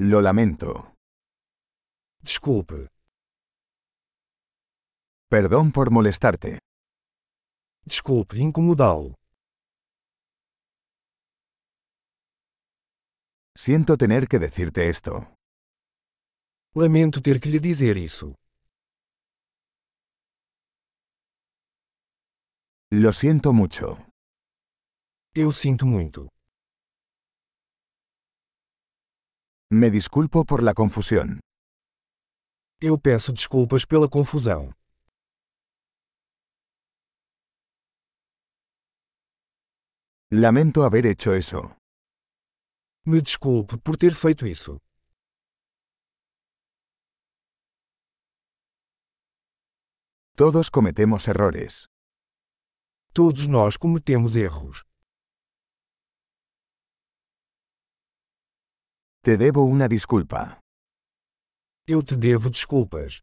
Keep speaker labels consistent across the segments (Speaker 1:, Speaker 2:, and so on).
Speaker 1: Lo lamento.
Speaker 2: Desculpe.
Speaker 1: Perdón por molestarte.
Speaker 2: Desculpe incomodá-lo.
Speaker 1: Siento tener que decirte esto.
Speaker 2: Lamento ter que lhe dizer isso.
Speaker 1: Lo siento mucho.
Speaker 2: Eu sinto muito.
Speaker 1: Me disculpo por la confusión.
Speaker 2: Eu peço desculpas pela confusão.
Speaker 1: Lamento haber hecho eso.
Speaker 2: Me desculpe por ter feito isso.
Speaker 1: Todos cometemos errores.
Speaker 2: Todos nós cometemos erros.
Speaker 1: Te debo una disculpa.
Speaker 2: Eu te devo desculpas.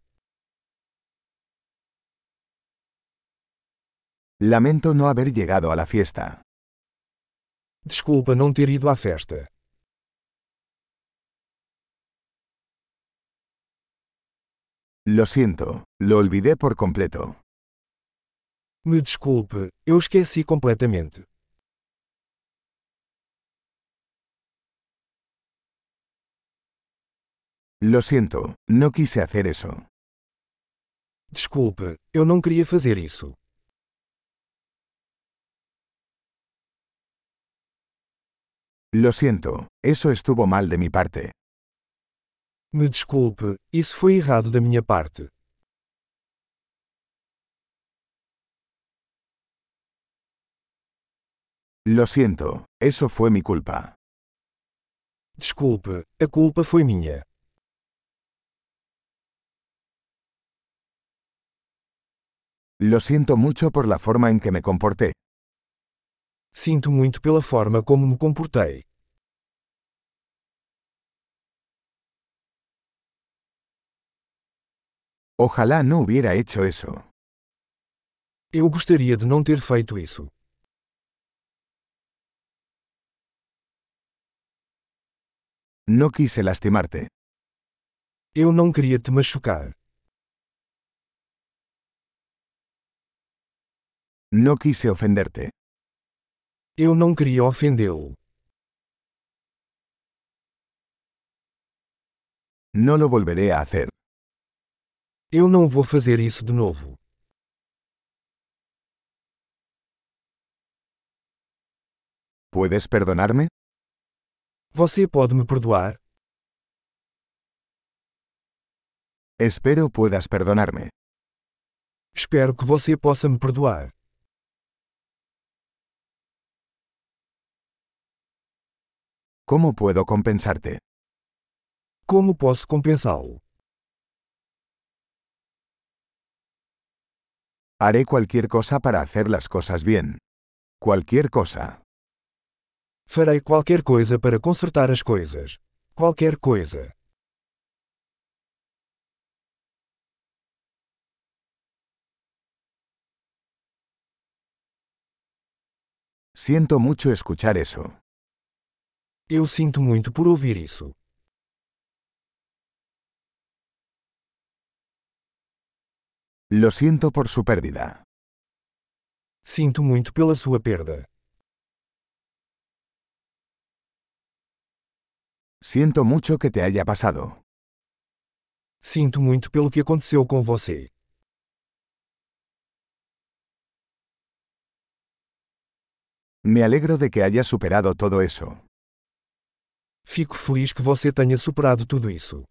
Speaker 1: Lamento no haber llegado a la fiesta.
Speaker 2: Desculpa não ter ido à festa.
Speaker 1: Lo siento, lo olvidé por completo.
Speaker 2: Me desculpe, eu esqueci completamente.
Speaker 1: Lo siento, no quise hacer eso.
Speaker 2: Desculpe, eu não queria fazer isso.
Speaker 1: Lo siento, eso estuvo mal de mi parte.
Speaker 2: Me desculpe, isso foi errado da minha parte.
Speaker 1: Lo siento, eso fue mi culpa.
Speaker 2: Desculpe, a culpa foi minha.
Speaker 1: Lo siento mucho por la forma en que me comporté.
Speaker 2: Sinto muito pela forma como me comportei.
Speaker 1: Ojalá no hubiera hecho eso.
Speaker 2: Eu gostaria de não ter feito isso.
Speaker 1: No quise lastimarte.
Speaker 2: Eu não queria te machucar.
Speaker 1: No quise ofenderte.
Speaker 2: Eu não queria ofendê-lo.
Speaker 1: No lo volveré a hacer.
Speaker 2: Eu não vou fazer isso de novo.
Speaker 1: ¿Puedes perdonarme?
Speaker 2: Você pode me perdoar?
Speaker 1: Espero puedas perdonarme.
Speaker 2: Espero que você possa me perdoar.
Speaker 1: ¿Cómo puedo compensarte?
Speaker 2: Como posso compensá-lo?
Speaker 1: Haré cualquier cosa para hacer las cosas bien. Cualquier cosa.
Speaker 2: Farei qualquer coisa para consertar as coisas. Qualquer coisa.
Speaker 1: Siento mucho escuchar eso.
Speaker 2: Eu sinto muito por ouvir isso.
Speaker 1: Lo siento por su pérdida.
Speaker 2: Sinto muito pela sua perda.
Speaker 1: Siento mucho que te haya pasado.
Speaker 2: Sinto muito pelo que aconteceu com você.
Speaker 1: Me alegro de que hayas superado todo eso.
Speaker 2: Fico feliz que você tenha superado tudo isso.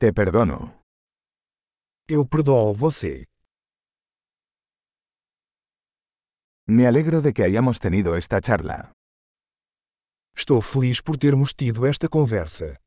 Speaker 1: Te perdono.
Speaker 2: Eu perdoo você.
Speaker 1: Me alegro de que hayamos tenido esta charla.
Speaker 2: Estou feliz por termos tido esta conversa.